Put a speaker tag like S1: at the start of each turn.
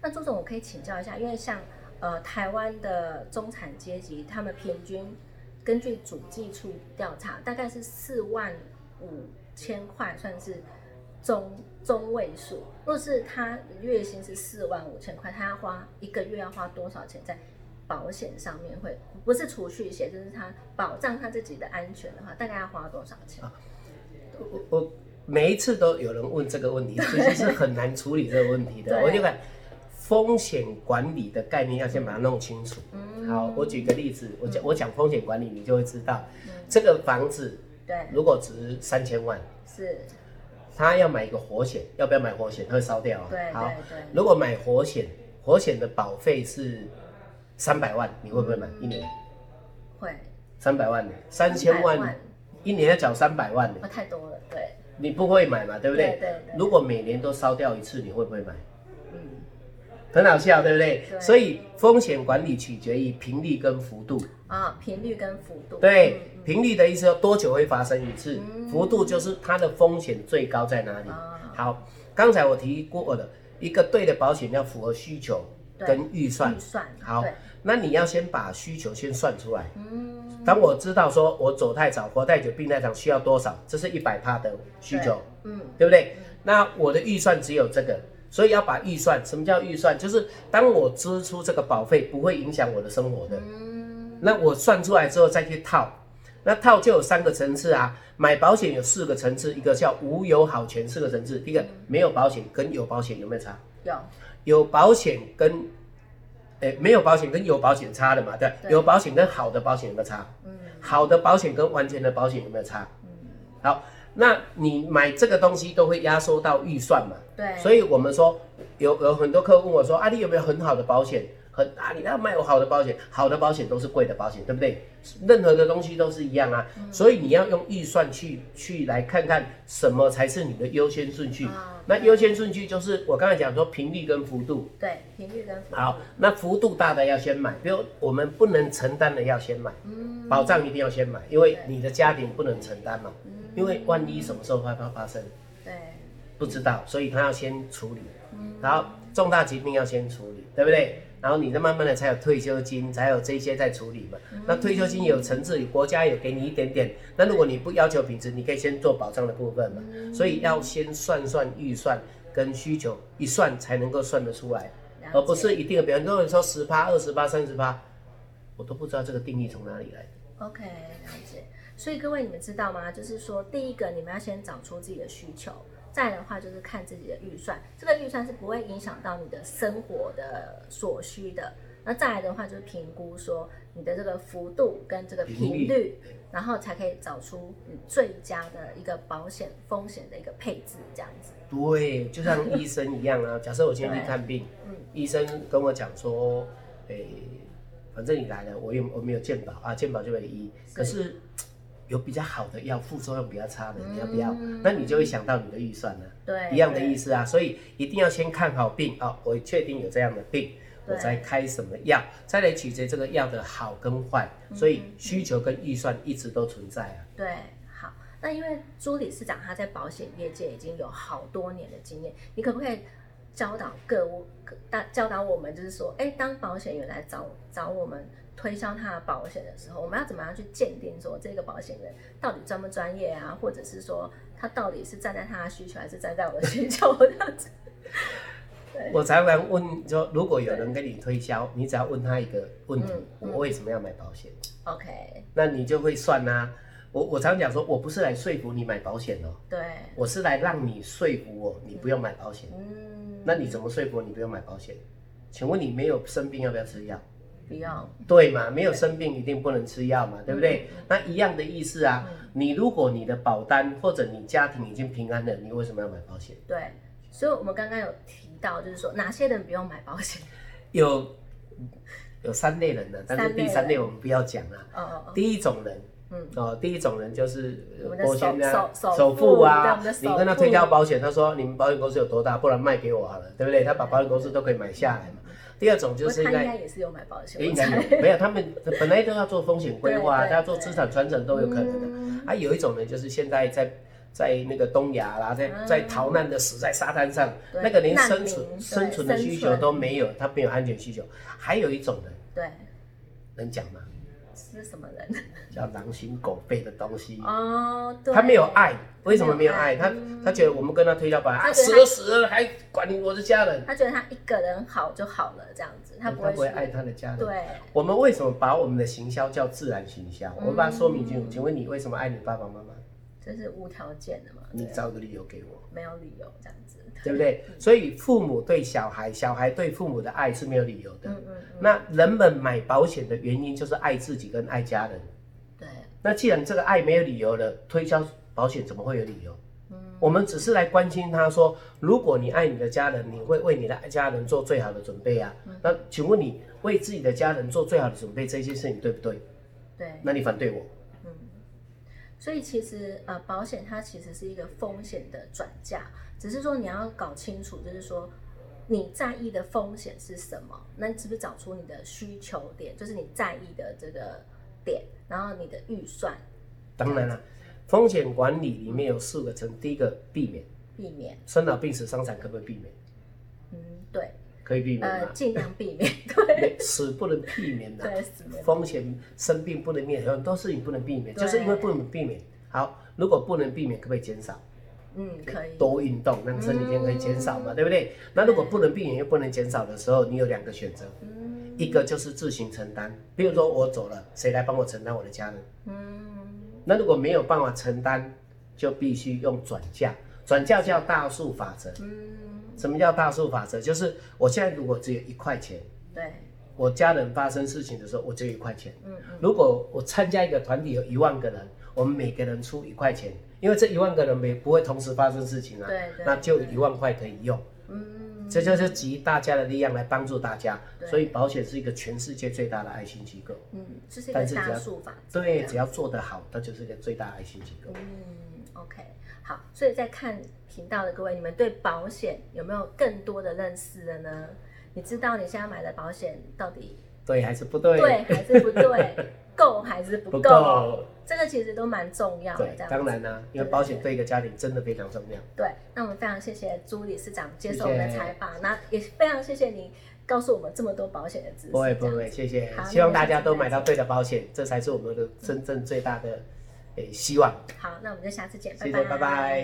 S1: 那周总，我可以请教一下，因为像呃台湾的中产阶级，他们平均根据主计处调查，大概是四万五千块，算是中中位数。若是他月薪是四万五千块，他要花一个月要花多少钱在保险上面会？不是储蓄险，就是他保障他自己的安全的话，大概要花多少
S2: 啊
S1: 钱？
S2: 我我每一次都有人问这个问题，其实是很难处理这个问题的。
S1: 对
S2: 我就看风险管理的概念要先把它弄清楚。
S1: 嗯
S2: 好，我举个例子，我讲我讲风险管理，你就会知道，
S1: 嗯
S2: 这个房子
S1: 对，
S2: 如果值三千万，
S1: 是，
S2: 他要买一个活险，要不要买活险？它会烧掉啊。
S1: 对
S2: 好
S1: 对对，
S2: 如果买活险，活险的保费是三百万，你会不会买一年？
S1: 会，
S2: 三百万呢，三千
S1: 300
S2: 万
S1: 万，
S2: 一年要缴三百万呢
S1: 不，太多了，对，
S2: 你不会买嘛，对不对？
S1: 对对对
S2: 如果每年都烧掉一次，你会不会买？
S1: 嗯，
S2: 很好笑，对不对？
S1: 对
S2: 所以风险管理取决于频率跟幅度。
S1: 啊，频率跟幅度，
S2: 对
S1: 嗯，
S2: 频率的意思要多久会发生一次，幅度就是它的风险最高在哪里
S1: 啊。
S2: 好，刚才我提过了，一个对的保险要符合需求
S1: 对
S2: 跟预算
S1: 预。算，
S2: 好
S1: 对，
S2: 那你要先把需求先算出来。
S1: 嗯，
S2: 当我知道说我走太早、活太久、病太长需要多少，这是一百趴的需求，
S1: 嗯，
S2: 对不对？那我的预算只有这个，所以要把预算，什么叫预算？就是当我支出这个保费不会影响我的生活的，
S1: 嗯，
S2: 那我算出来之后再去套，那套就有三个层次啊。买保险有四个层次，一个叫无有好权四个层次，一个没有保险跟有保险有没有差？
S1: 有，
S2: 有保险跟，诶、没有保险跟有保险差的嘛？对，
S1: 对
S2: 有保险跟好的保险有没有差？
S1: 嗯
S2: 好的保险跟完全的保险有没有差？
S1: 嗯，
S2: 好，那你买这个东西都会压缩到预算嘛？
S1: 对，
S2: 所以我们说，有有很多客户问我说，啊，你有没有很好的保险？很啊，你要买有好的保险，好的保险都是贵的保险，对不对？任何的东西都是一样啊，
S1: 嗯
S2: 所以你要用预算去去来看看什么才是你的优先顺序。
S1: 啊
S2: 那优先顺序就是我刚才讲说频率跟幅度。
S1: 对频率跟幅度，
S2: 好，那幅度大的要先买，比如我们不能承担的要先买，
S1: 嗯
S2: 保障一定要先买，因为你的家庭不能承担嘛，因为万一什么时候发发发生
S1: 对，
S2: 不知道，所以他要先处理，
S1: 嗯
S2: 然后重大疾病要先处理，对不对？然后你再慢慢的才有退休金，才有这些在处理嘛。
S1: 嗯
S2: 那退休金有层次，国家有给你一点点。那如果你不要求品质，你可以先做保障的部分嘛。
S1: 嗯
S2: 所以要先算算预算跟需求，一算才能够算得出来。
S1: 了解
S2: 而不是一定的，比方说你说十趴、二十趴、三十趴，我都不知道这个定义从哪里来的。
S1: OK，了解。所以各位，你们知道吗？就是说，第一个你们要先找出自己的需求，再来的话就是看自己的预算。这个预算是不会影响到你的生活的所需的。那再来的话就是评估说你的这个幅度跟这个
S2: 频率
S1: 频率，然后才可以找出你最佳的一个保险风险的一个配置，这样子。
S2: 对，就像医生一样啊。假设我今天去看病，
S1: 嗯
S2: 医生跟我讲说，诶、反正你来了，我有我没有健保啊，健保就没得医。
S1: 是
S2: 可是嘖有比较好的药，副作用比较差的，你要不要？那你就会想到你的预算了、
S1: 嗯对，
S2: 一样的意
S1: 思。
S2: 思啊。所以一定要先看好病啊、我确定有这样的病，
S1: 对
S2: 我再开什么药，再来取决这个药的好跟坏。
S1: 嗯
S2: 所以需求跟预算一直都存在啊。
S1: 对，好，那因为朱理事长他在保险业界已经有好多年的经验，你可不可以教导各位大教导我们，就是说，哎，当保险员来找找我们推销他的哎保险的时候，我们要怎么样去鉴定说这个保险员到底专不专业啊，或者是说他到底是站在他的需 求，还是站在我的需求这样子？
S2: 我常常问说，如果有人跟你推销，你只要问他一个问题：
S1: 嗯嗯
S2: 我为什么要买保险？
S1: OK，
S2: 那你就会算啦、我我常讲说，我不是来说服你买保险哦，
S1: 对，
S2: 我是来让你说服我，你不用买保险。
S1: 嗯，
S2: 那你怎么说服我你不用买保险？请问你没有生病要不要吃药？
S1: 不用，
S2: 对嘛，没有生病一定不能吃药嘛，对不对？
S1: 嗯
S2: 那一样的意思啊。你如果你的保单或者你家庭已经平安了，你为什么要买保险？
S1: 对，所以我们刚刚有提到，就是说哪些人不用买保险？
S2: 有有三类人呢、啊但是
S1: 三类
S2: 第
S1: 人
S2: 三类我们不要讲了、
S1: 哦哦哦，
S2: 第一种人，
S1: 嗯
S2: 嗯，哦，第一种人就是
S1: 我们的
S2: 呃国先啊、
S1: 首首
S2: 首
S1: 付
S2: 付
S1: 对我
S2: 啊
S1: 们的，首
S2: 你
S1: 付
S2: 跟他推销保险，他说你们保险公司有多大，不然卖给我好了，对不对？他把保险公司都可以买下来嘛。第二种就
S1: 不
S2: 是
S1: 过
S2: 应
S1: 他应该
S2: 该。
S1: 也是有买保险，
S2: 诶应
S1: 我
S2: 该
S1: 猜
S2: 有，没有他们本来都要做风险规划啊，
S1: 对对嗯
S2: 他要做
S1: 对
S2: 资产传承都有可能的。啊，有一种人就是现在在在那个东亚啦，在在逃难的死在沙滩上，
S1: 啊对
S2: 那个连
S1: 难
S2: 生
S1: 民
S2: 存
S1: 对
S2: 生存的
S1: 生
S2: 需求
S1: 存
S2: 都没有，他没有安全需求。还有一种人
S1: 对，
S2: 能讲吗？
S1: 是什么人？
S2: 叫狼心狗肺的东西，
S1: 哦，对，
S2: 嗯他没有，爱，为什么没有爱？
S1: 没有
S2: 他
S1: 爱嗯
S2: 他觉得我们跟他推销保啊，
S1: 他觉得
S2: 死
S1: 他
S2: 了死了还管我的家人，
S1: 他觉得他一个人好就好了，这样子，他
S2: 他
S1: 不会
S2: 不会
S1: 去
S2: 爱他的家人。
S1: 对，
S2: 我们为什么把我们的行销叫自然行
S1: 嗯
S2: 销？我把它说明清楚。请问你为什么爱你爸爸妈妈？
S1: 这是无条件的嘛，
S2: 你
S1: 对嗯
S2: 找个理由给我，
S1: 没有理由这样子，
S2: 对不对？所以父母对小孩，小孩对父母的爱是没有理由的。
S1: 嗯嗯嗯，
S2: 那人们买保险的原因就是爱自己跟爱家人。
S1: 对，
S2: 那既然这个爱没有理由了，推销保险怎么会有理由？
S1: 嗯
S2: 我们只是来关心他说，如果你爱你的家人，你会为你的家人做最好的准备啊。
S1: 嗯
S2: 那请问你为自己的家人做最好的准备这件事情对不对？
S1: 对，
S2: 那你反对我？
S1: 所以其实呃，保险它其实是一个风险的转嫁，只是说你要搞清楚，就是说你在意的风险是什么，那你是不是找出你的需求点，就是你在意的这个点，然后你的预算
S2: 当然了、风险管理里面有四个层，第一个避免
S1: 避免，
S2: 生老病死伤残，可不可以避免？
S1: 嗯，对，
S2: 可以避免
S1: 呃，
S2: 吗？
S1: 尽量避免， 对
S2: 对死不能避免的，
S1: 对，死亡
S2: 风险生病不能避免，很多事情不能避免，
S1: 对
S2: 就是因为不能避免。好，如果不能避免，可不可以减少？
S1: 嗯，可以，
S2: 多运动，让身体健康可以减少嘛，
S1: 嗯
S2: 对不对？那如果不能避免又不能减少的时候，你有两个选择，
S1: 嗯
S2: 一个就是自行承担，比如说我走了，谁来帮我承担我的家人？
S1: 嗯，
S2: 那如果没有办法承担，就必须用转嫁，转嫁叫大数法则。
S1: 嗯，
S2: 什么叫大数法则？就是我现在如果只有一块钱，
S1: 对，
S2: 我家人发生事情的时候，我只有一块钱。
S1: 嗯嗯，
S2: 如果我参加一个团体有一万个人，我们每个人出一块钱，因为这一万个人没不会同时发生事情啊，
S1: 对对
S2: 那就
S1: 对
S2: 一万块可以用。
S1: 嗯，
S2: 这就是集大家的力量来帮助大家，
S1: 对
S2: 所以保险是一个全世界最大的爱心机构。
S1: 嗯，这是一个
S2: 但是只要
S1: 大数法则，
S2: 对，啊只要做得好，它就是一个最大的爱心机构。
S1: 嗯，OK，好，所以在看频道的各位，你们对保险有没有更多的认识了呢？你知道你现在买的保险到底
S2: 对还是不对？
S1: 对还是不对，够还是不
S2: 不
S1: 够？
S2: 够。
S1: 这个其实都蛮重要的
S2: 对，，
S1: 这样
S2: 当然啦、因为保险
S1: 对
S2: 对一个家庭真的非常重要。
S1: 对。那我们非常谢谢朱理事长接受我们
S2: 谢
S1: 的
S2: 谢
S1: 采访，那也非常谢谢你告诉我们这么多保险的知识。
S2: 不会不
S1: 这
S2: 会，
S1: 样子
S2: 谢谢
S1: 好。
S2: 希望大家都买到对的保险，这才是我们的真正最大的诶希望。
S1: 好，那我们就下次见，
S2: 谢谢，拜拜。